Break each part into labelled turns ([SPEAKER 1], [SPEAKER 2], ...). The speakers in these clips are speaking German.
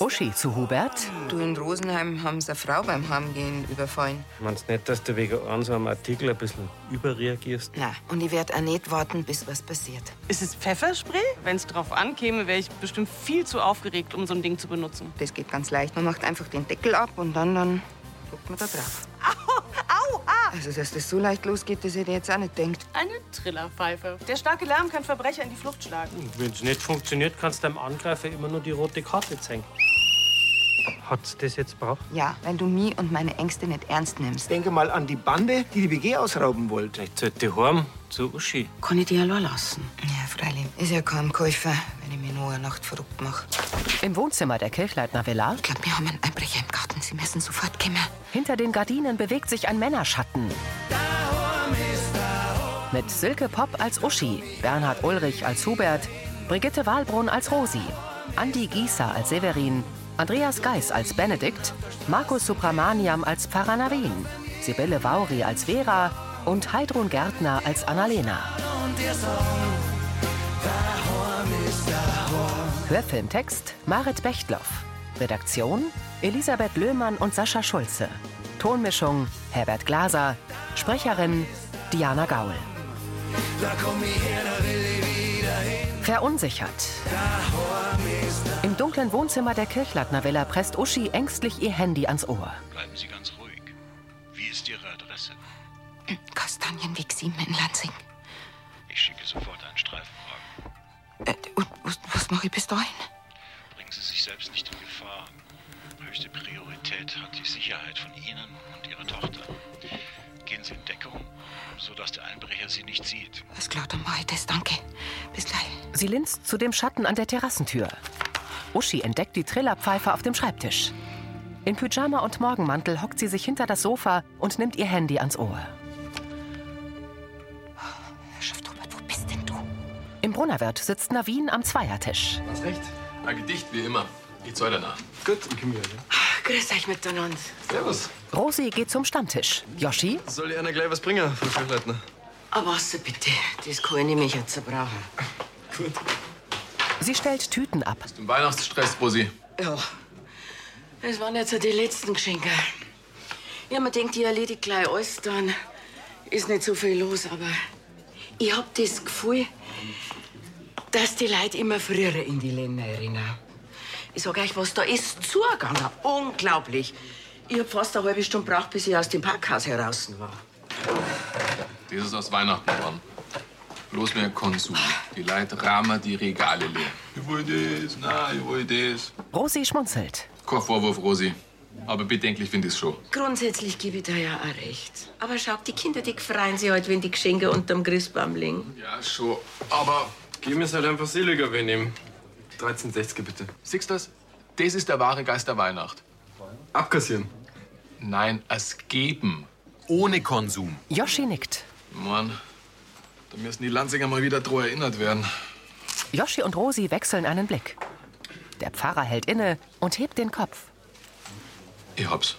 [SPEAKER 1] Uschi zu Hubert.
[SPEAKER 2] Du in Rosenheim haben sie eine Frau beim Heimgehen überfallen.
[SPEAKER 3] Meinst nicht, dass du wegen an so einem Artikel ein bisschen überreagierst?
[SPEAKER 2] Na, und ich werde auch nicht warten, bis was passiert.
[SPEAKER 4] Ist es Pfefferspray? Wenn es drauf ankäme, wäre ich bestimmt viel zu aufgeregt, um so ein Ding zu benutzen.
[SPEAKER 2] Das geht ganz leicht. Man macht einfach den Deckel ab und dann, dann drückt man da drauf.
[SPEAKER 4] Au, ah!
[SPEAKER 2] Also, dass das so leicht losgeht, das hätte ich jetzt auch nicht gedacht.
[SPEAKER 4] Eine Trillerpfeife. Der starke Lärm kann Verbrecher in die Flucht schlagen.
[SPEAKER 3] Wenn es nicht funktioniert, kannst du deinem Angreifer immer nur die rote Karte zeigen. Hat's das jetzt braucht?
[SPEAKER 2] Ja, weil du mich und meine Ängste nicht ernst nimmst.
[SPEAKER 5] Denke mal an die Bande, die die BG ausrauben wollte.
[SPEAKER 3] Vielleicht sollte Horm zu Uschi.
[SPEAKER 2] Kann ich die allein lassen? Ja, freilich. Ist ja kein Käufer, wenn ich mir nur eine Nacht verrückt mache.
[SPEAKER 1] Im Wohnzimmer der Kirchleitner Villa.
[SPEAKER 2] Ich glaube, wir haben einen Einbrecher im Garten. Sie müssen sofort kommen. Hm,
[SPEAKER 1] Hinter den Gardinen bewegt sich ein Männerschatten. Mit Silke Popp als Uschi, Bernhard Ulrich als Hubert, Brigitte Wahlbrunn als Rosi, Andi Gieser als Severin, Andreas Geis als Benedikt, Markus Supramaniam als Pfarrer Navin, Sibylle Vauri als Vera und Heidrun Gärtner als Annalena. Hörfilmtext Marit Bechtloff. Redaktion Elisabeth Löhmann und Sascha Schulze. Tonmischung Herbert Glaser. Sprecherin Diana Gaul. Verunsichert. Im dunklen Wohnzimmer der Kirchleitner Villa presst Uschi ängstlich ihr Handy ans Ohr.
[SPEAKER 6] Bleiben Sie ganz ruhig. Wie ist Ihre Adresse?
[SPEAKER 2] Kastanienweg 7 in Lansing.
[SPEAKER 6] Ich schicke sofort einen Streifenwagen.
[SPEAKER 2] Äh, und was, was mache ich bis dahin?
[SPEAKER 6] Bringen Sie sich selbst nicht in Gefahr. Höchste Priorität hat die Sicherheit von Ihnen und Ihrer Tochter. Gehen Sie in Deckung, sodass der Einbrecher Sie nicht sieht.
[SPEAKER 2] Alles klar, dann mache ich das. Danke. Bis gleich.
[SPEAKER 1] Sie linst zu dem Schatten an der Terrassentür. Uschi entdeckt die Trillerpfeife auf dem Schreibtisch. In Pyjama und Morgenmantel hockt sie sich hinter das Sofa und nimmt ihr Handy ans Ohr.
[SPEAKER 2] Herrschaft Hubert, wo bist denn du?
[SPEAKER 1] Im Brunnerwirt sitzt Navin am Zweiertisch.
[SPEAKER 7] Hast recht. Ein Gedicht, wie immer. Ich zeige danach.
[SPEAKER 5] Gut, dann können wir. ja.
[SPEAKER 2] Grüß euch miteinander.
[SPEAKER 7] Servus.
[SPEAKER 1] Rosi geht zum Stammtisch. Yoshi?
[SPEAKER 7] Soll dir einer gleich was bringen, Frau Kirchleitner?
[SPEAKER 2] Aber Wasser bitte, das kann ich nämlich jetzt brauchen.
[SPEAKER 7] Gut.
[SPEAKER 1] Sie stellt Tüten ab.
[SPEAKER 7] Zum Weihnachtsstress, Rosi.
[SPEAKER 2] Ja, das waren jetzt so die letzten Geschenke. Ja, man denkt, ich erledige gleich alles, dann ist nicht so viel los, aber ich hab das Gefühl, dass die Leute immer früher in die Länder erinnern. Ich sag euch, was da ist zugegangen. Unglaublich. Ich hab fast eine halbe Stunde gebraucht, bis ich aus dem Parkhaus heraus war.
[SPEAKER 7] Das ist aus Weihnachten geworden. Bloß mehr Konsum. Die Leute rahmen die Regale leer. Ich will das, nein, ich will das.
[SPEAKER 1] Rosi schmunzelt.
[SPEAKER 7] Kein Vorwurf, Rosi. Aber bedenklich finde ich schon.
[SPEAKER 8] Grundsätzlich gebe ich da ja auch recht. Aber schaut, die Kinder, die freuen sich halt, wenn die Geschenke unterm Christbaum liegen.
[SPEAKER 7] Ja, schon. Aber
[SPEAKER 3] Gib mir es halt einfach seliger, wir nehmen.
[SPEAKER 7] 1360 bitte. Siehst du das? Das ist der wahre Geist der Weihnacht.
[SPEAKER 3] Abkassieren.
[SPEAKER 7] Nein, es geben. Ohne Konsum.
[SPEAKER 1] Yoshi nickt.
[SPEAKER 7] Mann, da müssen die Lanzinger mal wieder dran erinnert werden.
[SPEAKER 1] Yoshi und Rosi wechseln einen Blick. Der Pfarrer hält inne und hebt den Kopf.
[SPEAKER 7] Ich hab's.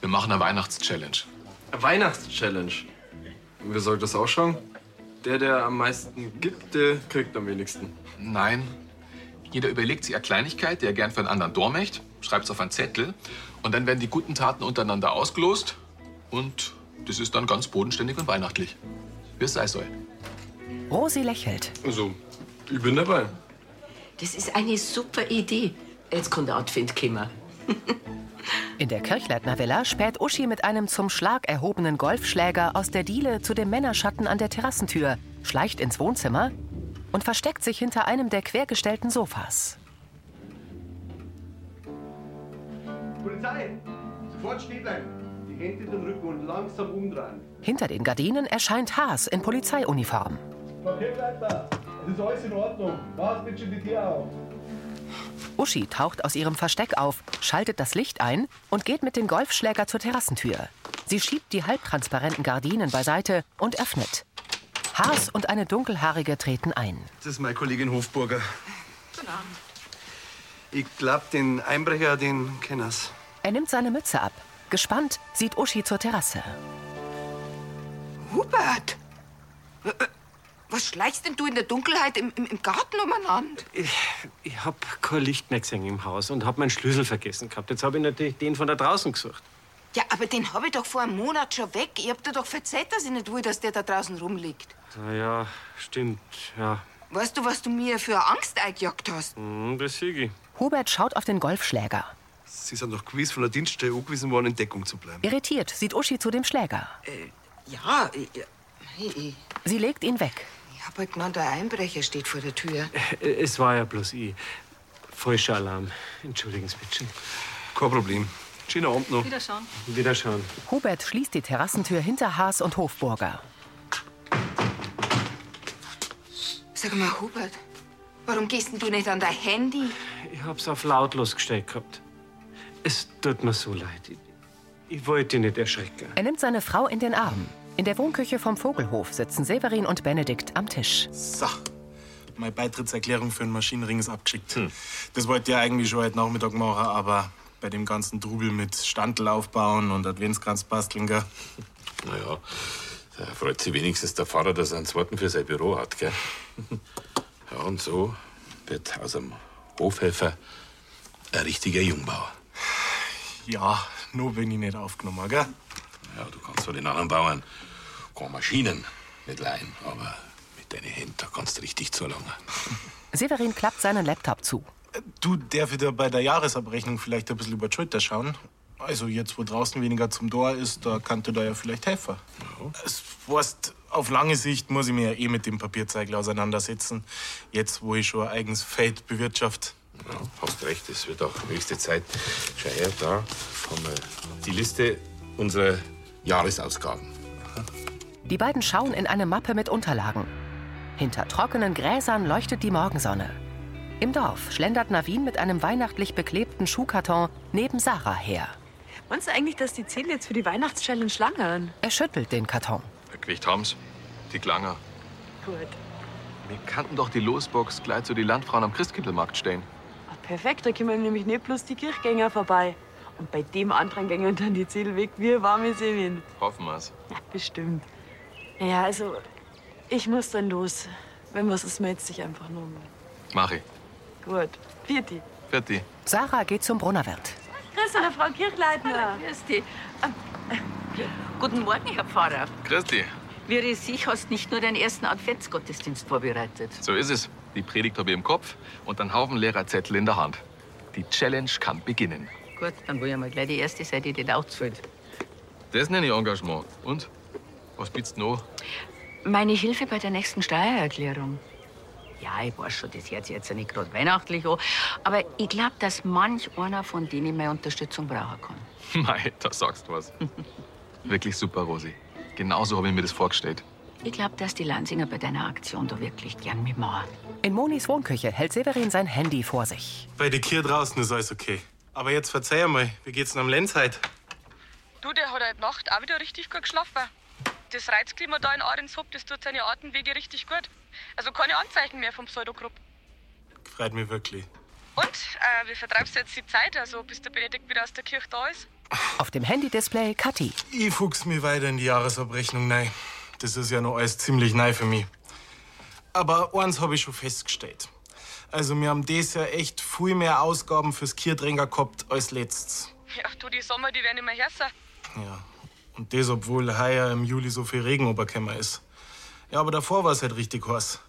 [SPEAKER 7] Wir machen eine Weihnachtschallenge.
[SPEAKER 3] Eine Weihnachtschallenge. Wie soll das ausschauen? Der, der am meisten gibt, der kriegt am wenigsten.
[SPEAKER 7] Nein. Jeder überlegt sich eine Kleinigkeit, die er gern für einen anderen Dorm möchte, schreibt's auf einen Zettel und dann werden die guten Taten untereinander ausgelost und das ist dann ganz bodenständig und weihnachtlich. Wie es sei soll.
[SPEAKER 1] Rosi lächelt.
[SPEAKER 3] Also, ich bin dabei.
[SPEAKER 8] Das ist eine super Idee. Jetzt kann der Outfit kommen.
[SPEAKER 1] In der Kirchleitner Villa späht Uschi mit einem zum Schlag erhobenen Golfschläger aus der Diele zu dem Männerschatten an der Terrassentür, schleicht ins Wohnzimmer und versteckt sich hinter einem der quergestellten Sofas.
[SPEAKER 9] Polizei! Sofort stehen bleiben! Die Hände hinterm Rücken und langsam umdrehen.
[SPEAKER 1] Hinter den Gardinen erscheint Haas in Polizeiuniform.
[SPEAKER 9] Frau Kirchleitner, es ist alles in Ordnung. Mach bitte schon die Tür auf.
[SPEAKER 1] Uschi taucht aus ihrem Versteck auf, schaltet das Licht ein und geht mit dem Golfschläger zur Terrassentür. Sie schiebt die halbtransparenten Gardinen beiseite und öffnet. Haas und eine Dunkelhaarige treten ein.
[SPEAKER 5] Das ist meine Kollegin Hofburger. Ich glaub, den Einbrecher, den kenner's.
[SPEAKER 1] Er nimmt seine Mütze ab. Gespannt sieht Uschi zur Terrasse.
[SPEAKER 2] Hubert! Was schleichst denn du in der Dunkelheit im, im, im Garten umeinander?
[SPEAKER 3] Ich habe kein Licht mehr gesehen im Haus und habe meinen Schlüssel vergessen gehabt. Jetzt habe ich natürlich den von da draußen gesucht.
[SPEAKER 2] Ja, aber den habe ich doch vor einem Monat schon weg. Ich hab dir doch verzeiht, dass ich nicht will, dass der da draußen rumliegt.
[SPEAKER 3] Na ja, stimmt, ja.
[SPEAKER 2] Weißt du, was du mir für eine Angst eingejagt hast?
[SPEAKER 3] Hm, das sehe ich.
[SPEAKER 1] Hubert schaut auf den Golfschläger.
[SPEAKER 10] Sie sind doch gewiss von der Dienststelle angewiesen worden, in Deckung zu bleiben.
[SPEAKER 1] Irritiert sieht Uschi zu dem Schläger.
[SPEAKER 2] Ja, ich, ich, ich
[SPEAKER 1] Sie legt ihn weg.
[SPEAKER 2] hab halt genannt, der Einbrecher steht vor der Tür.
[SPEAKER 3] Äh, Es war ja bloß ich. Falscher Alarm. Entschuldigen Sie bitte.
[SPEAKER 10] Kein Problem.
[SPEAKER 3] Schönen Abend noch.
[SPEAKER 11] Wiederschauen.
[SPEAKER 3] Wiederschauen.
[SPEAKER 1] Hubert schließt die Terrassentür hinter Haas und Hofburger.
[SPEAKER 2] Sag mal, Hubert, warum gehst denn du nicht an dein Handy?
[SPEAKER 3] Ich hab's auf lautlos gestellt gehabt. Es tut mir so leid. Ich, ich wollte dich nicht erschrecken.
[SPEAKER 1] Er nimmt seine Frau in den Arm. In der Wohnküche vom Vogelhof sitzen Severin und Benedikt am Tisch.
[SPEAKER 6] So, meine Beitrittserklärung für den Maschinenring ist abgeschickt. Das wollte ich ja eigentlich schon heute Nachmittag machen, aber bei dem ganzen Trubel mit Standel aufbauen und Adventskranz basteln, gell?
[SPEAKER 12] Naja, da freut sich wenigstens der Pfarrer, dass er einen zweiten für sein Büro hat, gell? Ja, und so wird aus einem Hofhelfer ein richtiger Jungbauer.
[SPEAKER 6] Ja, nur wenn ich nicht aufgenommen habe, gell?
[SPEAKER 12] Ja, du kannst von den anderen Bauern keine Maschinen nicht leihen, aber mit deinen Händen, da kannst du richtig zulangen.
[SPEAKER 1] Severin klappt seinen Laptop zu.
[SPEAKER 6] Du, darf ich dir bei der Jahresabrechnung vielleicht ein bisschen über die Schulter schauen? Also jetzt, wo draußen weniger zum Tor ist, da kann dir da ja vielleicht helfen. Es weißt, auf lange Sicht muss ich mir ja eh mit dem Papierzeigel auseinandersetzen. Jetzt, wo ich schon ein eigenes Feld bewirtschaft.
[SPEAKER 12] Ja, hast recht, es wird auch höchste Zeit. Schau her, da haben wir die Liste unserer Jahresausgaben.
[SPEAKER 1] Die beiden schauen in eine Mappe mit Unterlagen. Hinter trockenen Gräsern leuchtet die Morgensonne. Im Dorf schlendert Navin mit einem weihnachtlich beklebten Schuhkarton neben Sarah her.
[SPEAKER 4] Meinst du eigentlich, dass die Ziele jetzt für die Weihnachtschallenge langern?
[SPEAKER 1] Er schüttelt den Karton.
[SPEAKER 7] Gekriegt haben's. Die Klanger.
[SPEAKER 4] Gut.
[SPEAKER 7] Wir kannten doch die Losbox gleich zu den Landfrauen am Christkindlmarkt stehen.
[SPEAKER 4] Perfekt, da kommen nämlich nicht bloß die Kirchgänger vorbei. Und bei dem anderen gängen dann die Ziele weg wie warme Semien.
[SPEAKER 7] Hoffen wir's.
[SPEAKER 4] Ja, bestimmt. Naja, also, ich muss dann los. Wenn was ist, meld dich einfach nur mal.
[SPEAKER 7] Mach ich.
[SPEAKER 4] Gut. Vierte.
[SPEAKER 7] Fertig.
[SPEAKER 1] Sarah geht zum Brunnerwirt.
[SPEAKER 4] Grüß dich, Frau Kirchleitner.
[SPEAKER 8] Grüß dich. Ähm, äh, Guten Morgen, Herr Pfarrer.
[SPEAKER 7] Christi.
[SPEAKER 8] Wie ich sehe, hast nicht nur den ersten Adventsgottesdienst vorbereitet.
[SPEAKER 7] So ist es. Die Predigt habe ich im Kopf und einen Haufen Lehrerzettel in der Hand. Die Challenge kann beginnen.
[SPEAKER 8] Gut, dann will ich mal gleich die erste Seite, die laut zählt.
[SPEAKER 7] Das nenne ich Engagement. Und? Was bietst du noch?
[SPEAKER 8] Meine Hilfe bei der nächsten Steuererklärung. Ja, ich weiß schon, das hört sich jetzt ja nicht gerade weihnachtlich an, aber ich glaube, dass manch einer von denen meine Unterstützung brauchen kann.
[SPEAKER 7] Mei, da sagst du was. Wirklich super, Rosi. Genauso habe ich mir das vorgestellt.
[SPEAKER 8] Ich glaube, dass die Lansinger bei deiner Aktion da wirklich gern mitmachen.
[SPEAKER 1] In Monis Wohnküche hält Severin sein Handy vor sich.
[SPEAKER 6] Bei der Kier draußen ist alles okay. Aber jetzt verzeih mal, wie geht's denn am Lenz heute?
[SPEAKER 13] Du, der hat heute Nacht auch wieder richtig gut geschlafen. Das Reizklima da in Ahrenshoop, das tut seine Atemwege richtig gut. Also keine Anzeichen mehr vom Pseudogrupp.
[SPEAKER 6] Freut mich wirklich.
[SPEAKER 13] Und, äh, wie vertreibst du jetzt die Zeit, also bis der Benedikt wieder aus der Kirche da ist?
[SPEAKER 1] Auf dem Handy-Display Kathi.
[SPEAKER 6] Ich fuchs mir weiter in die Jahresabrechnung rein. Das ist ja noch alles ziemlich neu für mich. Aber eins habe ich schon festgestellt. Also, wir haben dieses Jahr echt viel mehr Ausgaben fürs Kierdränger gehabt als letztes.
[SPEAKER 13] Ja, du, die Sommer, die werden immer heißer.
[SPEAKER 6] Ja. Und das, obwohl heuer im Juli so viel Regen oberkämmer ist. Ja, aber davor war es halt richtig heiß.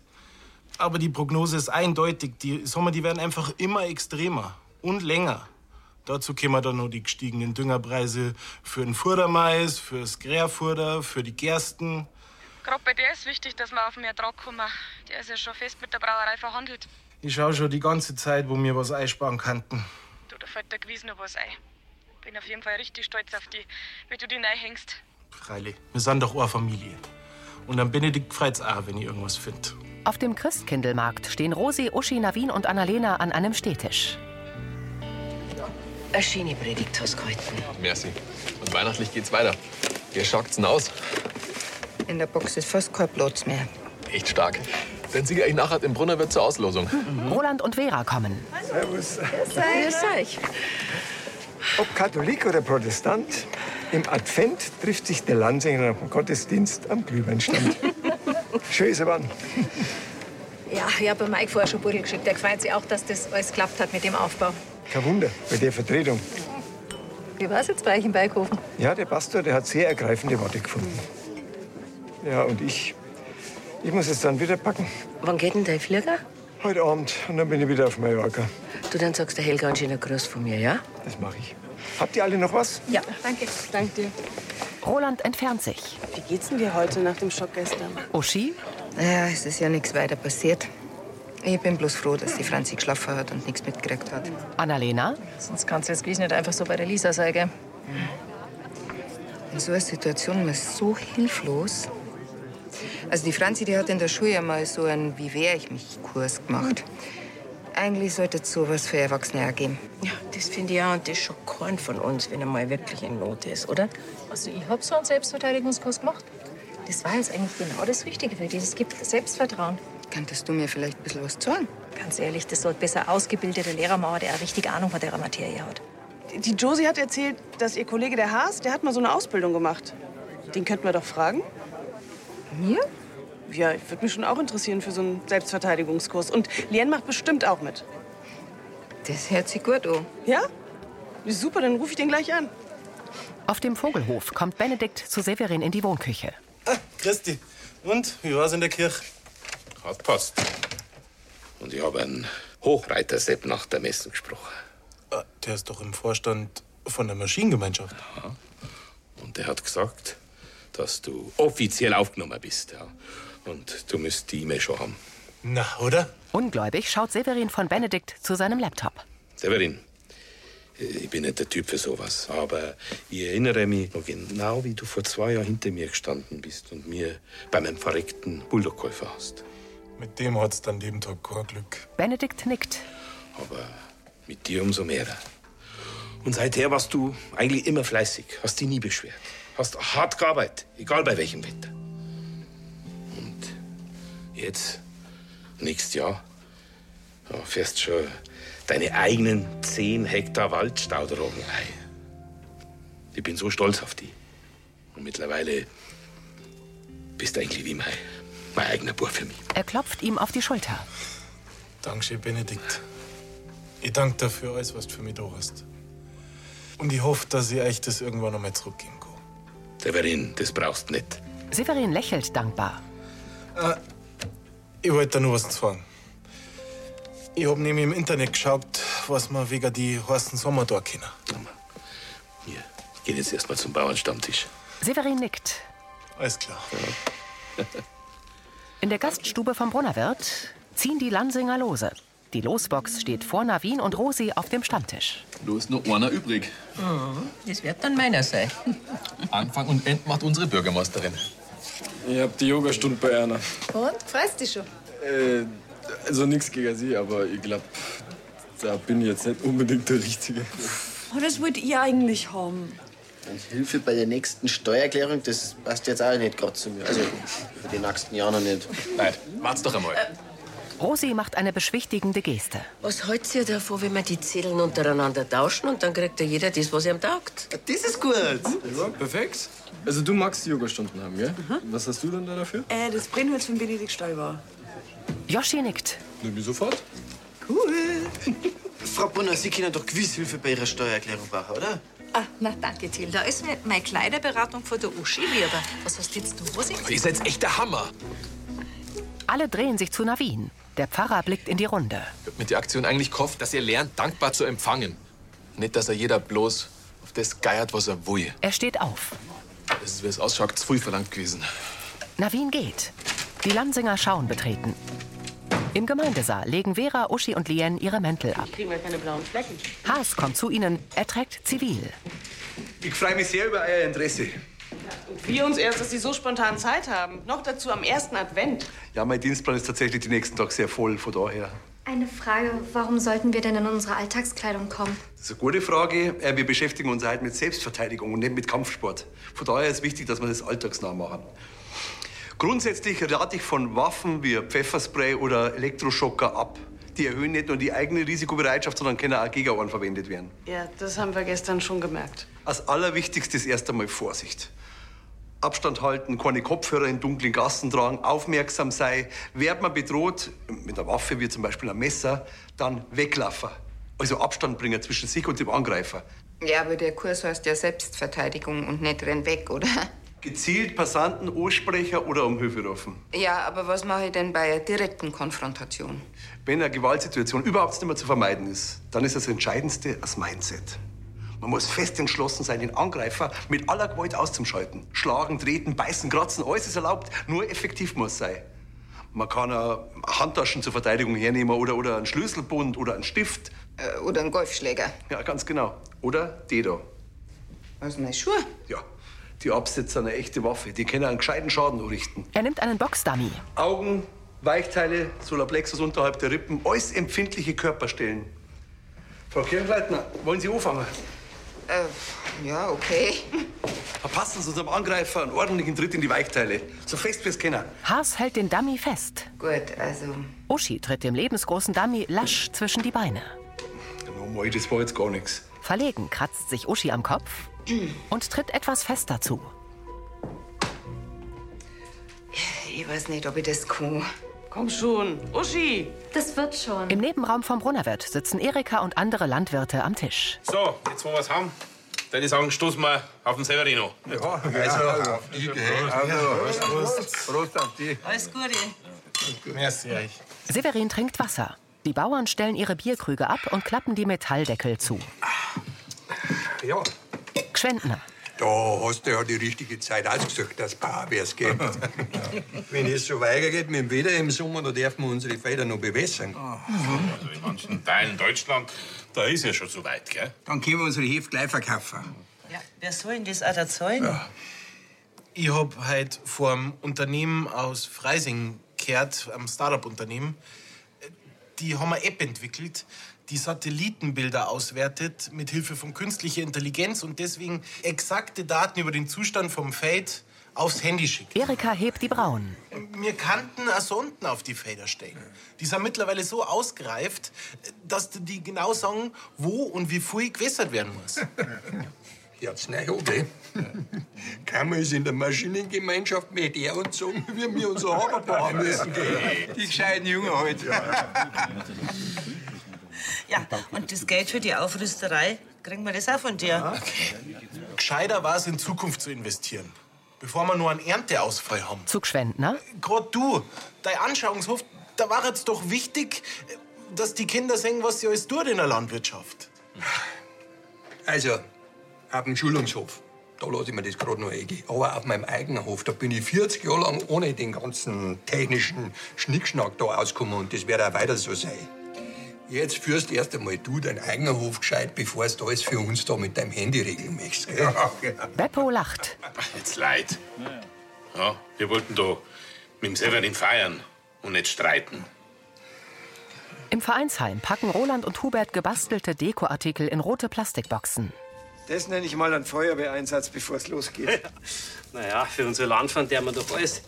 [SPEAKER 6] Aber die Prognose ist eindeutig. Die Sommer, die werden einfach immer extremer und länger. Dazu kämen dann noch die gestiegenen Düngerpreise für den Furdermais, fürs Gärfurder, für die Gersten.
[SPEAKER 13] Gerade bei der ist wichtig, dass wir auf den Ertrag kommen. Der ist ja schon fest mit der Brauerei verhandelt.
[SPEAKER 6] Ich schaue schon die ganze Zeit, wo mir was einsparen könnten.
[SPEAKER 13] Du, da fällt der Gewiss noch was ein. Bin auf jeden Fall richtig stolz auf die, wie du die hängst.
[SPEAKER 6] Freilich, wir sind doch auch eine Familie. Und am Benedikt freut's auch, wenn ich irgendwas finde.
[SPEAKER 1] Auf dem Christkindlmarkt stehen Rosi, Uschi, Navin und Annalena an einem Stehtisch.
[SPEAKER 2] Eine schöne Predigt hast du gehalten.
[SPEAKER 7] Merci. Und weihnachtlich geht's weiter. Wie schaut's denn aus?
[SPEAKER 2] In der Box ist fast kein Platz mehr.
[SPEAKER 7] Echt stark. Dann siege ich nachher im Brunnerwirt zur Auslosung.
[SPEAKER 1] Roland und Vera kommen.
[SPEAKER 10] Servus.
[SPEAKER 2] Grüß euch.
[SPEAKER 10] Ob Katholik oder Protestant, im Advent trifft sich der Lansinger nach dem Gottesdienst am Glühweinstand. Schön ist er wann.
[SPEAKER 14] Ja, ich habe Mike vorher schon Budel geschickt. Der freut sich auch, dass das alles geklappt hat mit dem Aufbau.
[SPEAKER 10] Kein Wunder, bei der Vertretung.
[SPEAKER 14] Wie war es jetzt bei euch in Balkofen?
[SPEAKER 10] Ja, der Pastor, der hat sehr ergreifende Worte gefunden. Ja, und ich, ich muss jetzt dann wieder packen.
[SPEAKER 15] Wann geht denn dein Flieger?
[SPEAKER 10] Heute Abend und dann bin ich wieder auf Mallorca.
[SPEAKER 15] Du, dann sagst der Helga einen schönen Gruß von mir, ja?
[SPEAKER 10] Das mache ich. Habt ihr alle noch was?
[SPEAKER 15] Ja, danke. Danke dir.
[SPEAKER 1] Roland entfernt sich.
[SPEAKER 4] Wie geht's denn dir heute nach dem Schock gestern?
[SPEAKER 1] Uschi?
[SPEAKER 14] Naja, es ist ja nichts weiter passiert. Ich bin bloß froh, dass die Franzi geschlafen hat und nichts mitgekriegt hat.
[SPEAKER 1] Annalena?
[SPEAKER 14] Sonst kannst du jetzt gewiss nicht einfach so bei der Lisa sein, gell? In so einer Situation man ist so hilflos. Also die Franzi, die hat in der Schule ja mal so einen Wie wäre ich mich Kurs gemacht. Eigentlich sollte es sowas für Erwachsene auch geben.
[SPEAKER 15] Ja, das finde ich auch. Und das ist schon kein von uns, wenn er mal wirklich in Not ist, oder?
[SPEAKER 14] Also ich habe so einen Selbstverteidigungskurs gemacht. Das war jetzt eigentlich genau das Richtige für dich. Das gibt Selbstvertrauen. Könntest du mir vielleicht ein bisschen was zahlen? Ganz ehrlich, das sollte besser ausgebildeter Lehrer machen, der eine richtige Ahnung von der Materie hat.
[SPEAKER 4] Die Josie hat erzählt, dass ihr Kollege der Haas, der hat mal so eine Ausbildung gemacht. Den könnten wir doch fragen.
[SPEAKER 14] Mir?
[SPEAKER 4] Ja, ich würde mich schon auch interessieren für so einen Selbstverteidigungskurs. Und Lien macht bestimmt auch mit.
[SPEAKER 14] Das hört sich gut an.
[SPEAKER 4] Ja? Super, dann rufe ich den gleich an.
[SPEAKER 1] Auf dem Vogelhof kommt Benedikt zu Severin in die Wohnküche.
[SPEAKER 10] Ah,
[SPEAKER 6] Christi, und wie war's in der Kirche?
[SPEAKER 12] Hat passt. Und ich habe einen Hochreitersepp nach der Messe gesprochen.
[SPEAKER 6] Äh, Der ist doch im Vorstand von der Maschinengemeinschaft.
[SPEAKER 12] Und der hat gesagt, dass du offiziell aufgenommen bist. Ja. Und du müsst die E-Mail schon haben.
[SPEAKER 6] Na, oder?
[SPEAKER 1] Ungläubig schaut Severin von Benedikt zu seinem Laptop.
[SPEAKER 12] Severin, ich bin nicht der Typ für sowas, aber ich erinnere mich noch genau, wie du vor zwei Jahren hinter mir gestanden bist und mir bei meinem verreckten Bulldog-Käufer hast.
[SPEAKER 6] Mit dem hat's dann dem Tag kein Glück.
[SPEAKER 1] Benedikt nickt.
[SPEAKER 12] Aber mit dir umso mehr. Und seither warst du eigentlich immer fleißig, hast dich nie beschwert, hast hart gearbeitet, egal bei welchem Wetter. Und jetzt, nächstes Jahr, ja, fährst schon deine eigenen 10 Hektar Waldstaudragen ein. Ich bin so stolz auf dich. Und mittlerweile bist du eigentlich wie mein, mein eigener Bub für mich.
[SPEAKER 1] Er klopft ihm auf die Schulter.
[SPEAKER 6] Dankeschön, Benedikt. Ich danke dir für alles, was du für mich da hast. Und ich hoffe, dass ich euch das irgendwann noch mal zurückgeben kann.
[SPEAKER 12] Severin, das brauchst du nicht.
[SPEAKER 1] Severin lächelt dankbar.
[SPEAKER 6] Äh, ich wollte da nur was fragen. Ich habe nämlich im Internet geschaut, was man wegen die heißen Sommer da können.
[SPEAKER 12] Ich gehe jetzt erstmal zum Bauernstammtisch.
[SPEAKER 1] Severin nickt.
[SPEAKER 6] Alles klar.
[SPEAKER 1] In der Gaststube vom Brunnerwirt ziehen die Lansinger Lose. Die Losbox steht vor Navin und Rosi auf dem Stammtisch.
[SPEAKER 7] Du ist nur einer übrig.
[SPEAKER 15] Das wird dann meiner sein.
[SPEAKER 7] Anfang und End macht unsere Bürgermeisterin.
[SPEAKER 16] Ich hab die Yogastunde bei Erna.
[SPEAKER 14] Und? Freust dich schon?
[SPEAKER 16] Äh, also nichts gegen sie, aber ich glaub, da bin ich jetzt nicht unbedingt der Richtige.
[SPEAKER 17] Oh, das wollt ihr eigentlich haben.
[SPEAKER 18] Und Hilfe bei der nächsten Steuererklärung, das passt jetzt auch nicht gerade zu mir. Also für die nächsten Jahre noch nicht.
[SPEAKER 7] Nein, macht's doch einmal.
[SPEAKER 1] Rosi macht eine beschwichtigende Geste.
[SPEAKER 15] Was haltet ihr davon, wenn wir die Zetteln untereinander tauschen und dann kriegt ja jeder das, was ihm taugt?
[SPEAKER 16] Das ist gut. Ja, perfekt. Also du magst die Yogastunden haben, gell? Was hast du denn da dafür?
[SPEAKER 17] Äh, das Brennholz von Benedikt Stoiber.
[SPEAKER 1] Joschi nickt.
[SPEAKER 16] Nimm ich sofort.
[SPEAKER 17] Cool.
[SPEAKER 18] Frau Brunner, Sie können doch gewiss Hilfe bei Ihrer Steuererklärung brauchen, oder?
[SPEAKER 14] Ah, na danke, Tilda. Ist mir meine Kleiderberatung von der Uschi lieber. Was hast jetzt du, Rosi?
[SPEAKER 7] Ihr seid echt der Hammer.
[SPEAKER 1] Alle drehen sich zu Navin. Der Pfarrer blickt in die Runde.
[SPEAKER 7] Ich hab mit der Aktion eigentlich gehofft, dass ihr lernt, dankbar zu empfangen. Nicht, dass er jeder bloß auf das geiert, was er will.
[SPEAKER 1] Er steht auf.
[SPEAKER 7] Das ist, wie es ausschaut, zu früh verlangt gewesen.
[SPEAKER 1] Navin geht. Die Lansinger schauen betreten. Im Gemeindesaal legen Vera, Uschi und Lien ihre Mäntel ab.
[SPEAKER 4] Kriegen wir keine blauen Flecken.
[SPEAKER 1] Haas kommt zu ihnen. Er trägt zivil.
[SPEAKER 9] Ich freue mich sehr über euer Interesse.
[SPEAKER 4] Wir uns erst, dass sie so spontan Zeit haben. Noch dazu am ersten Advent.
[SPEAKER 9] Ja, mein Dienstplan ist tatsächlich den nächsten Tag sehr voll, von daher.
[SPEAKER 19] Eine Frage, warum sollten wir denn in unsere Alltagskleidung kommen?
[SPEAKER 9] Das ist eine gute Frage. Äh, Wir beschäftigen uns halt mit Selbstverteidigung und nicht mit Kampfsport. Von daher ist wichtig, dass wir das alltagsnah machen. Grundsätzlich rate ich von Waffen wie Pfefferspray oder Elektroschocker ab. Die erhöhen nicht nur die eigene Risikobereitschaft, sondern können auch gegen einen verwendet werden.
[SPEAKER 4] Ja, das haben wir gestern schon gemerkt.
[SPEAKER 9] Als allerwichtigstes erst einmal Vorsicht. Abstand halten, keine Kopfhörer in dunklen Gassen tragen, aufmerksam sein. Wird man bedroht, mit einer Waffe wie zum Beispiel einem Messer, dann weglaufen. Also Abstand bringen zwischen sich und dem Angreifer.
[SPEAKER 2] Ja, aber der Kurs heißt ja Selbstverteidigung und nicht renn weg, oder?
[SPEAKER 9] Gezielt Passanten, Ansprecher oder um Hilfe rufen.
[SPEAKER 2] Ja, aber was mache ich denn bei einer direkten Konfrontation?
[SPEAKER 9] Wenn eine Gewaltsituation überhaupt nicht mehr zu vermeiden ist, dann ist das Entscheidendste das Mindset. Man muss fest entschlossen sein, den Angreifer mit aller Gewalt auszuschalten. Schlagen, treten, beißen, kratzen, alles ist erlaubt, nur effektiv muss sein. Man kann auch Handtaschen zur Verteidigung hernehmen oder, oder einen Schlüsselbund oder einen Stift.
[SPEAKER 2] Äh, Oder einen Golfschläger.
[SPEAKER 9] Ja, ganz genau. Oder die da.
[SPEAKER 2] Was, meine Schuhe?
[SPEAKER 9] Ja, die Absätze einer echte Waffe. Die können einen gescheiten Schaden richten.
[SPEAKER 1] Er nimmt einen Boxdummy.
[SPEAKER 9] Augen, Weichteile, Solarplexus unterhalb der Rippen, äußerst empfindliche Körperstellen. Frau Kirchleitner, wollen Sie anfangen?
[SPEAKER 2] Äh, ja, okay.
[SPEAKER 9] Verpassen Sie unserem Angreifer einen ordentlichen Tritt in die Weichteile. So fest wie es können.
[SPEAKER 1] Haas hält den Dummy fest.
[SPEAKER 2] Gut, also.
[SPEAKER 1] Uschi tritt dem lebensgroßen Dummy lasch zwischen die Beine.
[SPEAKER 9] Nochmal, das war jetzt gar nichts.
[SPEAKER 1] Verlegen kratzt sich Uschi am Kopf und tritt etwas fester zu.
[SPEAKER 2] Ich weiß nicht, ob ich das kann.
[SPEAKER 4] Komm schon, Uschi!
[SPEAKER 19] Das wird schon.
[SPEAKER 1] Im Nebenraum vom Brunnerwirt sitzen Erika und andere Landwirte am Tisch.
[SPEAKER 12] So, jetzt wo wir es haben, dann ich sagen, stoßen wir auf den Severino. Ja,
[SPEAKER 9] also,
[SPEAKER 20] genau,
[SPEAKER 9] auf
[SPEAKER 12] die,
[SPEAKER 9] Also, Prost. Prost auf die.
[SPEAKER 2] Alles Gute.
[SPEAKER 6] Merci euch.
[SPEAKER 1] Severin trinkt Wasser. Die Bauern stellen ihre Bierkrüge ab und klappen die Metalldeckel zu.
[SPEAKER 20] Ja,
[SPEAKER 1] Gschwendner.
[SPEAKER 20] da hast du ja die richtige Zeit ausgesucht, dass Paar wär's gibt. Wenn es so weitergeht mit dem Wetter im Sommer, dann dürfen wir unsere Felder noch bewässern.
[SPEAKER 12] Also in manchen Teilen Deutschland, da ist ja schon so weit, gell?
[SPEAKER 20] Dann können wir unsere Hefe gleich verkaufen.
[SPEAKER 21] Ja, wer soll denn das auch erzählen?
[SPEAKER 6] Ich hab heute vor einem Unternehmen aus Freising gehört, einem Startup-Unternehmen. Die haben eine App entwickelt, die Satellitenbilder auswertet mit Hilfe von künstlicher Intelligenz und deswegen exakte Daten über den Zustand vom Feld aufs Handy schickt.
[SPEAKER 1] Erika hebt die Brauen.
[SPEAKER 6] Wir kannten auch Sonden auf die Felder stecken. Die sind mittlerweile so ausgereift, dass die genau sagen, wo und wie viel gewässert werden muss.
[SPEAKER 20] Ja, das neue Hobel. Keiner ist in der Maschinengemeinschaft mit der und so, wie wir unser Haber bauen müssen. gell? Die gescheiten Jungen heute.
[SPEAKER 21] Ja, und das Geld für die Aufrüsterei, kriegen wir das auch von dir?
[SPEAKER 6] Gescheiter war es, in Zukunft zu investieren, bevor wir nur einen Ernteausfall haben.
[SPEAKER 1] Zugschwendner.
[SPEAKER 6] Gerade du, dein Anschauungshof, da war jetzt doch wichtig, dass die Kinder sehen, was sie alles tut in der Landwirtschaft.
[SPEAKER 20] Also, auf dem Schulungshof, da lasse ich mir das gerade noch eingehen. Aber auf meinem eigenen Hof, da bin ich 40 Jahre lang ohne den ganzen technischen Schnickschnack da ausgekommen. Und das wird auch weiter so sein. Jetzt führst erst einmal du deinen eigenen Hof gescheit, bevor du alles für uns da mit deinem Handy regeln möchtest. Gell?
[SPEAKER 1] Beppo lacht.
[SPEAKER 12] Jetzt leid. Ja, wir wollten da mit dem Severin feiern und nicht streiten.
[SPEAKER 1] Im Vereinsheim packen Roland und Hubert gebastelte Dekoartikel in rote Plastikboxen.
[SPEAKER 10] Das nenne ich mal einen Feuerwehreinsatz, bevor es losgeht.
[SPEAKER 3] Naja, für unsere Landfahrt der wir doch alles.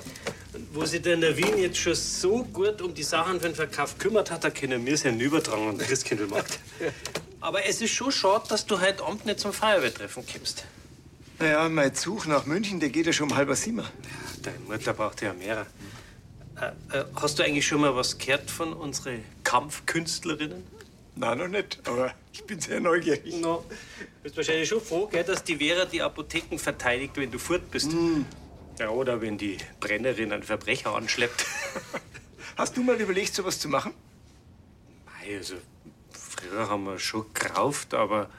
[SPEAKER 3] Wo sich der Herr Wien jetzt schon so gut um die Sachen für den Verkauf kümmert hat, da können wir es ja übertragen an den Christkindlmarkt. Aber es ist schon schade, dass du heute Abend nicht zum Feuerwehrtreffen kommst.
[SPEAKER 10] Naja, mein Zug nach München, der geht ja schon um halber sieben.
[SPEAKER 3] Deine Mutter braucht ja mehrere. Äh, äh, hast du eigentlich schon mal was gehört von unseren Kampfkünstlerinnen?
[SPEAKER 10] Nein, noch nicht, aber ich bin sehr neugierig.
[SPEAKER 3] No. Du bist wahrscheinlich schon froh, gell, dass die Vera die Apotheken verteidigt, wenn du fort bist.
[SPEAKER 4] Mm.
[SPEAKER 3] Ja, oder wenn die Brennerin einen Verbrecher anschleppt.
[SPEAKER 10] Hast du mal überlegt, sowas zu machen?
[SPEAKER 3] Mei, also, früher haben wir schon gerauft, aber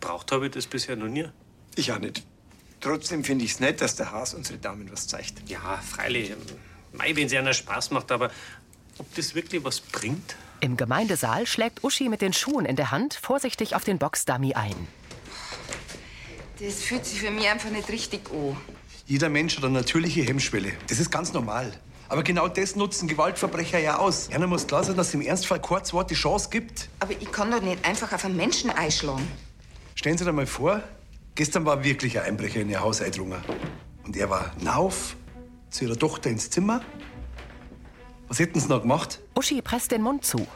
[SPEAKER 3] braucht habe ich das bisher noch nie.
[SPEAKER 10] Ich auch nicht. Trotzdem finde ich es nett, dass der Haas unsere Damen was zeigt.
[SPEAKER 3] Ja, freilich. Mei, wenn es einer Spaß macht, aber ob das wirklich was bringt?
[SPEAKER 1] Im Gemeindesaal schlägt Uschi mit den Schuhen in der Hand vorsichtig auf den Boxdummy ein.
[SPEAKER 2] Das fühlt sich für mich einfach nicht richtig an.
[SPEAKER 9] Jeder Mensch hat eine natürliche Hemmschwelle. Das ist ganz normal. Aber genau das nutzen Gewaltverbrecher ja aus. Einer muss klar sein, dass es im Ernstfall kurz Wort die Chance gibt.
[SPEAKER 2] Aber ich kann doch nicht einfach auf einen Menschen einschlagen.
[SPEAKER 9] Stellen Sie sich mal vor, gestern war wirklich ein Einbrecher in Ihr Haus eindrungen. Und er war nauf zu Ihrer Tochter ins Zimmer. Was hätten Sie noch gemacht?
[SPEAKER 1] Uschi presst den Mund zu.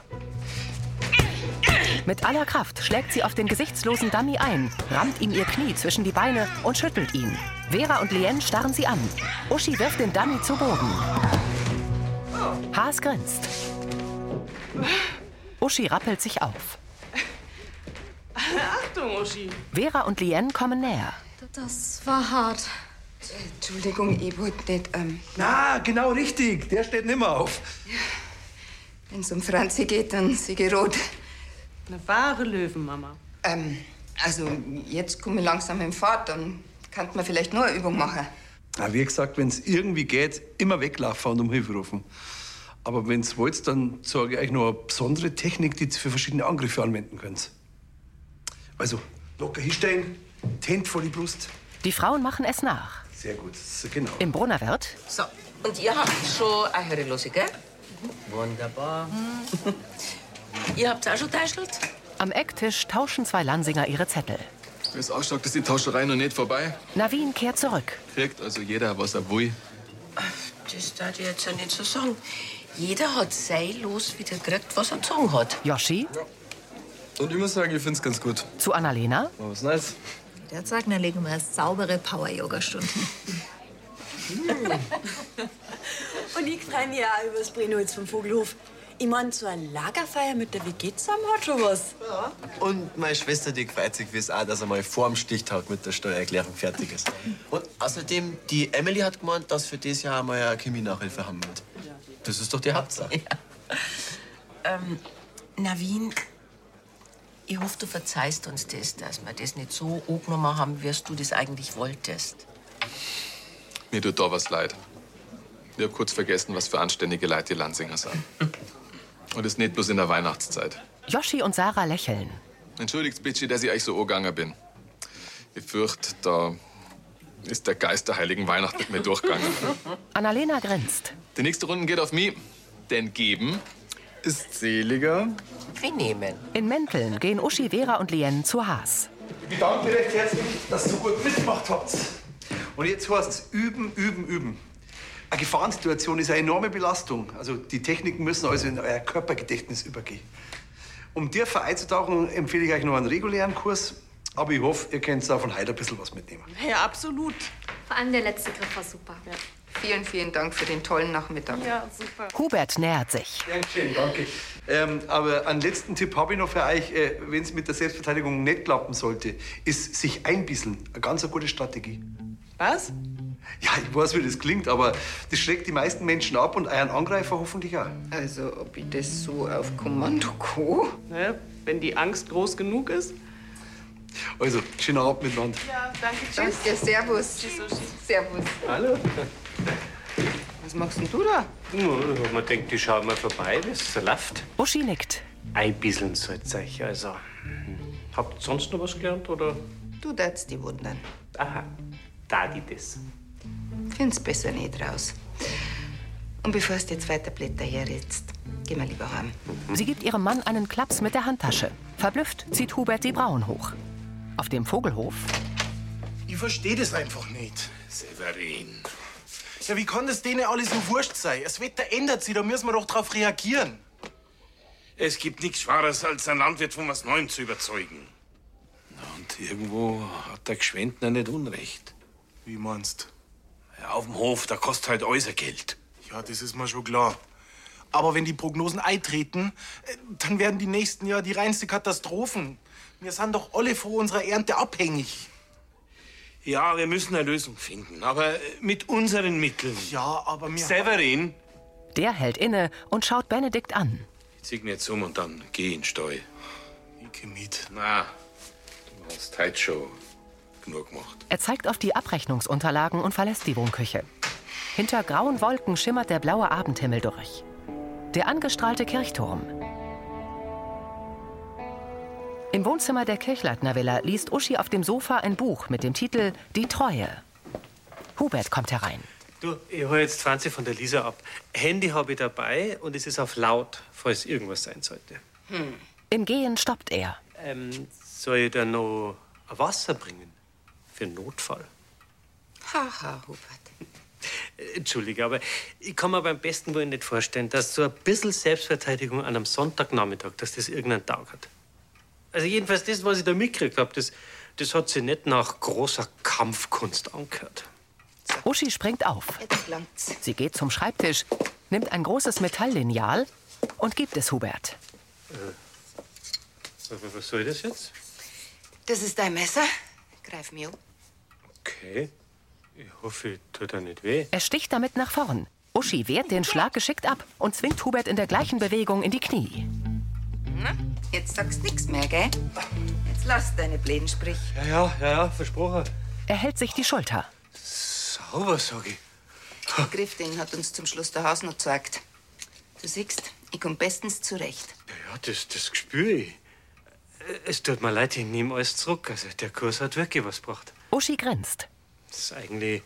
[SPEAKER 1] Mit aller Kraft schlägt sie auf den gesichtslosen Dummy ein, rammt ihm ihr Knie zwischen die Beine und schüttelt ihn. Vera und Lien starren sie an. Uschi wirft den Dummy zu Boden. Haas grinst. Uschi rappelt sich auf.
[SPEAKER 4] Achtung, Uschi.
[SPEAKER 1] Vera und Lien kommen näher.
[SPEAKER 19] Das war hart.
[SPEAKER 2] Entschuldigung, ich wollte nicht. Ähm,
[SPEAKER 9] Na, genau richtig. Der steht nimmer auf.
[SPEAKER 2] Wenn es um Franzi geht, dann siege rot.
[SPEAKER 4] Eine wahre Löwenmama.
[SPEAKER 2] Ähm, also jetzt komme ich langsam in Fahrt, dann könnte man vielleicht nur eine Übung machen.
[SPEAKER 9] Na, wie gesagt, wenn es irgendwie geht, immer weglaufen und um Hilfe rufen. Aber wenn es wollt, dann zeige ich euch noch eine besondere Technik, die ihr für verschiedene Angriffe anwenden könnt. Also, locker hinstellen, Tent vor die Brust.
[SPEAKER 1] Die Frauen machen es nach.
[SPEAKER 9] Sehr gut, so, genau.
[SPEAKER 1] Im Brunnerwirt.
[SPEAKER 8] So, und ihr habt schon eure Lose, gell?
[SPEAKER 21] Mhm.
[SPEAKER 8] Wunderbar. ihr habt auch schon teichelt?
[SPEAKER 1] Am Ecktisch tauschen zwei Lansinger ihre Zettel.
[SPEAKER 7] Wenn es ausschaut, ist die Tauscherei noch nicht vorbei.
[SPEAKER 1] Navin kehrt zurück.
[SPEAKER 7] Kriegt also jeder, was er will.
[SPEAKER 8] Das darf ich jetzt ja nicht so sagen. Jeder hat sein Los wieder gekriegt, was er gezogen hat.
[SPEAKER 1] Yoshi
[SPEAKER 16] Und ich muss sagen, ich find's ganz gut.
[SPEAKER 1] zu Annalena.
[SPEAKER 16] War was nice.
[SPEAKER 22] Der sagt, dann legen wir saubere Power-Yoga-Stunden.
[SPEAKER 17] Und ich freue mich auch über das Brennholz vom Vogelhof. Ich meine, so eine Lagerfeier mit der WG zusammen hat schon was. Ja.
[SPEAKER 23] Und meine Schwester, die freut sich gewiss auch, dass er mal vor dem Stichtag mit der Steuererklärung fertig ist. Und außerdem, die Emily hat gemeint, dass für dieses Jahr mal eine Chemie-Nachhilfe haben wird. Das ist doch die Hauptsache.
[SPEAKER 8] Ähm, Navin, ich hoffe, du verzeihst uns das, dass wir das nicht so angenommen haben, wie du das eigentlich wolltest.
[SPEAKER 7] Mir tut da was leid. Ich hab kurz vergessen, was für anständige Leute die Lansinger sind. Und es nicht bloß in der Weihnachtszeit.
[SPEAKER 1] Yoshi und Sarah lächeln.
[SPEAKER 7] Entschuldigt, Bitchy, dass ich euch so urganger bin. Ich fürchte, da ist der Geist der heiligen Weihnacht mit mir durchgegangen.
[SPEAKER 1] Annalena grinst.
[SPEAKER 7] Die nächste Runde geht auf mich, denn geben ist seliger.
[SPEAKER 8] Wir nehmen.
[SPEAKER 1] In Mänteln gehen Uschi, Vera und Lien zu Haas.
[SPEAKER 9] Ich bedanke mich recht herzlich, dass ihr so gut mitgemacht habt. Und jetzt heißt es üben, üben, üben. Eine Gefahrensituation ist eine enorme Belastung. Also die Techniken müssen also in euer Körpergedächtnis übergehen. Um dir einzutauchen, empfehle ich euch noch einen regulären Kurs. Aber ich hoffe, ihr könnt da von heute ein bisschen was mitnehmen.
[SPEAKER 8] Ja, absolut.
[SPEAKER 2] Vor allem der letzte Griff war super. Vielen, vielen Dank für den tollen Nachmittag. Ja, super.
[SPEAKER 1] Hubert nähert sich.
[SPEAKER 9] Dankeschön, danke. Ähm, aber einen letzten Tipp habe ich noch für euch. Äh, Wenn es mit der Selbstverteidigung nicht klappen sollte, ist sich einbisseln. Eine ganz eine gute Strategie.
[SPEAKER 4] Was?
[SPEAKER 9] Ja, ich weiß, wie das klingt, aber das schreckt die meisten Menschen ab und euren Angreifer hoffentlich auch.
[SPEAKER 2] Also, ob ich das so auf Kommando kann?
[SPEAKER 4] Ne? Wenn die Angst groß genug ist.
[SPEAKER 9] Also, schönen Abend miteinander.
[SPEAKER 4] Ja, danke, tschüss.
[SPEAKER 2] Danke, servus. Servus.
[SPEAKER 9] Hallo.
[SPEAKER 2] Was machst denn du da?
[SPEAKER 3] Ja, man denkt, die schauen mal vorbei, das läuft.
[SPEAKER 1] Uschi nickt.
[SPEAKER 3] Ein bisschen soll's euch, also. Habt ihr sonst noch was gelernt, oder?
[SPEAKER 2] Du darfst dich wundern.
[SPEAKER 3] Aha, da die das.
[SPEAKER 2] Find's besser nicht raus. Und bevor du jetzt weiter Blätter herritzt, geh mal lieber heim.
[SPEAKER 1] Sie gibt ihrem Mann einen Klaps mit der Handtasche. Verblüfft zieht Hubert die Brauen hoch. Auf dem Vogelhof.
[SPEAKER 6] Ich verstehe das einfach nicht.
[SPEAKER 12] Severin.
[SPEAKER 6] Ja, wie kann das denen alles so wurscht sein? Das Wetter ändert sich, da müssen wir doch drauf reagieren.
[SPEAKER 24] Es gibt nichts Schweres, als einen Landwirt von was Neuem zu überzeugen.
[SPEAKER 12] Und irgendwo hat der Gschwendner nicht Unrecht.
[SPEAKER 6] Wie meinst
[SPEAKER 24] Ja, auf dem Hof, da kostet halt alles ein Geld.
[SPEAKER 6] Ja, das ist mir schon klar. Aber wenn die Prognosen eintreten, äh, dann werden die nächsten Jahre die reinste Katastrophen. Wir sind doch alle vor unserer Ernte abhängig.
[SPEAKER 24] Ja, wir müssen eine Lösung finden, aber äh, mit unseren Mitteln.
[SPEAKER 6] Ja, aber mir-
[SPEAKER 24] Severin,
[SPEAKER 1] Der hält inne und schaut Benedikt an.
[SPEAKER 24] zieh mir jetzt um und dann geh in den Stall. Ich geh mit. Na, du hast halt heute schon genug gemacht.
[SPEAKER 1] Er zeigt auf die Abrechnungsunterlagen und verlässt die Wohnküche. Hinter grauen Wolken schimmert der blaue Abendhimmel durch. Der angestrahlte Kirchturm. Im Wohnzimmer der Kirchleitner Villa liest Uschi auf dem Sofa ein Buch mit dem Titel Die Treue. Hubert kommt herein.
[SPEAKER 3] Du, ich hole jetzt 20 von der Lisa ab. Handy habe ich dabei und es ist auf laut, falls irgendwas sein sollte.
[SPEAKER 1] Im Gehen stoppt er.
[SPEAKER 3] Ähm, soll ich dir noch ein Wasser bringen? Für den Notfall.
[SPEAKER 8] Haha, Hubert.
[SPEAKER 3] Äh, Entschuldige, aber ich kann mir beim besten Willen nicht vorstellen, dass so ein bisschen Selbstverteidigung an einem Sonntagnachmittag, dass das irgendeinen Tag hat. Also jedenfalls das, was ich da mitgekriegt habe, das, das hat sich nicht nach großer Kampfkunst angehört.
[SPEAKER 1] Uschi springt auf. Sie geht zum Schreibtisch, nimmt ein großes Metalllineal und gibt es Hubert.
[SPEAKER 3] Aber Was soll das jetzt?
[SPEAKER 2] Das ist dein Messer. Greif mir um.
[SPEAKER 3] Okay. Ich hoffe, ich tue da nicht weh.
[SPEAKER 1] Er sticht damit nach vorn. Uschi wehrt den Schlag geschickt ab und zwingt Hubert in der gleichen Bewegung in die Knie.
[SPEAKER 2] Na, jetzt sagst nix mehr, gell? Jetzt lass deine blöden Sprich.
[SPEAKER 3] Ja, ja, ja, ja versprochen.
[SPEAKER 1] Er hält sich die Schulter.
[SPEAKER 3] Sauber, sag ich.
[SPEAKER 2] Der Griff, den hat uns zum Schluss der Hausnot gesagt. Du siehst, ich komm bestens zurecht.
[SPEAKER 3] Ja, das, das spüre ich. Es tut mir leid, ich nehme alles zurück. Also, der Kurs hat wirklich was gebracht.
[SPEAKER 1] Uschi grinst.
[SPEAKER 3] Das ist eigentlich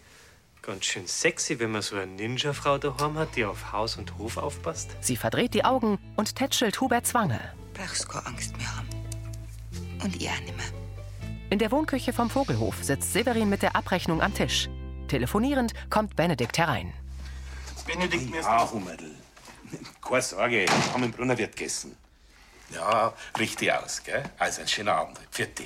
[SPEAKER 3] ganz schön sexy, wenn man so eine Ninja-Frau daheim hat, die auf Haus und Hof aufpasst.
[SPEAKER 1] Sie verdreht die Augen und tätschelt Huberts Wange.
[SPEAKER 2] Brauchst keine Angst mehr haben. Und ihr auch nimmer.
[SPEAKER 1] In der Wohnküche vom Vogelhof sitzt Severin mit der Abrechnung am Tisch. Telefonierend kommt Benedikt herein.
[SPEAKER 15] Benedikt, mir Ja, Hummerl. Keine Sorge, am Brunner wird gegessen. Ja, richtig aus, gell? Also ein schöner Abend. Vierte.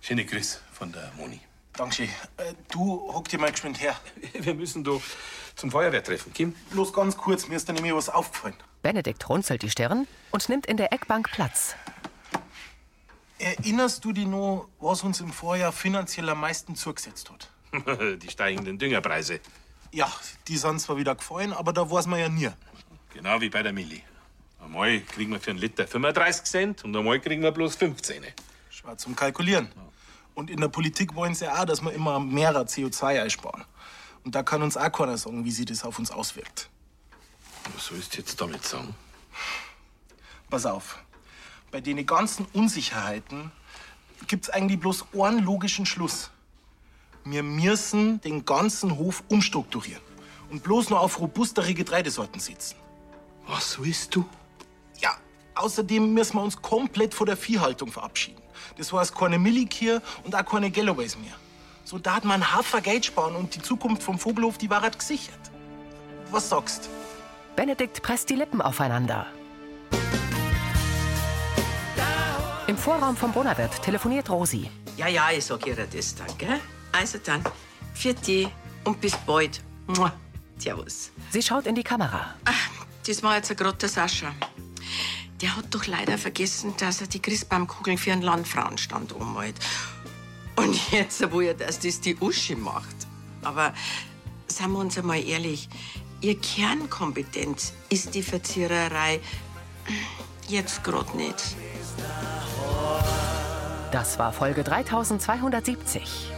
[SPEAKER 15] Schöne Grüße von der Moni.
[SPEAKER 6] Dankeschön. Äh, du hock dir mal geschwind her.
[SPEAKER 15] Wir müssen doch zum Feuerwehr treffen, Kim.
[SPEAKER 6] Bloß ganz kurz, mir ist da nämlich was aufgefallen.
[SPEAKER 1] Benedikt runzelt die Stirn und nimmt in der Eckbank Platz.
[SPEAKER 6] Erinnerst du dich noch, was uns im Vorjahr finanziell am meisten zugesetzt hat?
[SPEAKER 15] Die steigenden Düngerpreise.
[SPEAKER 6] Ja, die sind zwar wieder gefallen, aber da weiß man ja nie.
[SPEAKER 15] Genau wie bei der Milli. Einmal kriegen wir für einen Liter 35 Cent und einmal kriegen wir bloß 15.
[SPEAKER 6] Schwer zum Kalkulieren. Und in der Politik wollen sie auch, dass wir immer mehrer CO2 einsparen. Und da kann uns auch keiner sagen, wie sich das auf uns auswirkt.
[SPEAKER 15] Was sollst du jetzt damit sagen?
[SPEAKER 6] Pass auf. Bei den ganzen Unsicherheiten gibt's eigentlich bloß einen logischen Schluss. Wir müssen den ganzen Hof umstrukturieren und bloß nur auf robustere Getreidesorten setzen.
[SPEAKER 15] Was willst du?
[SPEAKER 6] Ja, außerdem müssen wir uns komplett von der Viehhaltung verabschieden. Das heißt keine Millikir und auch keine Galloways mehr. So, da hat man Hafer Geld sparen und die Zukunft vom Vogelhof, die war halt gesichert. Was sagst?
[SPEAKER 1] Benedikt presst die Lippen aufeinander. Im Vorraum vom Brunnerwirt telefoniert Rosi.
[SPEAKER 8] Ja, ja, ich sag ihr das dann, gell? Also dann, für die und bis bald. Mua. Servus.
[SPEAKER 1] Sie schaut in die Kamera.
[SPEAKER 8] Das war jetzt gerade der Sascha. Der hat doch leider vergessen, dass er die Christbaumkugeln für einen Landfrauenstand ummalt. Und jetzt, wo er das, das die Uschi macht. Aber seien wir uns einmal ehrlich, ihr Kernkompetenz ist die Verziererei jetzt gerade nicht.
[SPEAKER 1] Das war Folge 3270.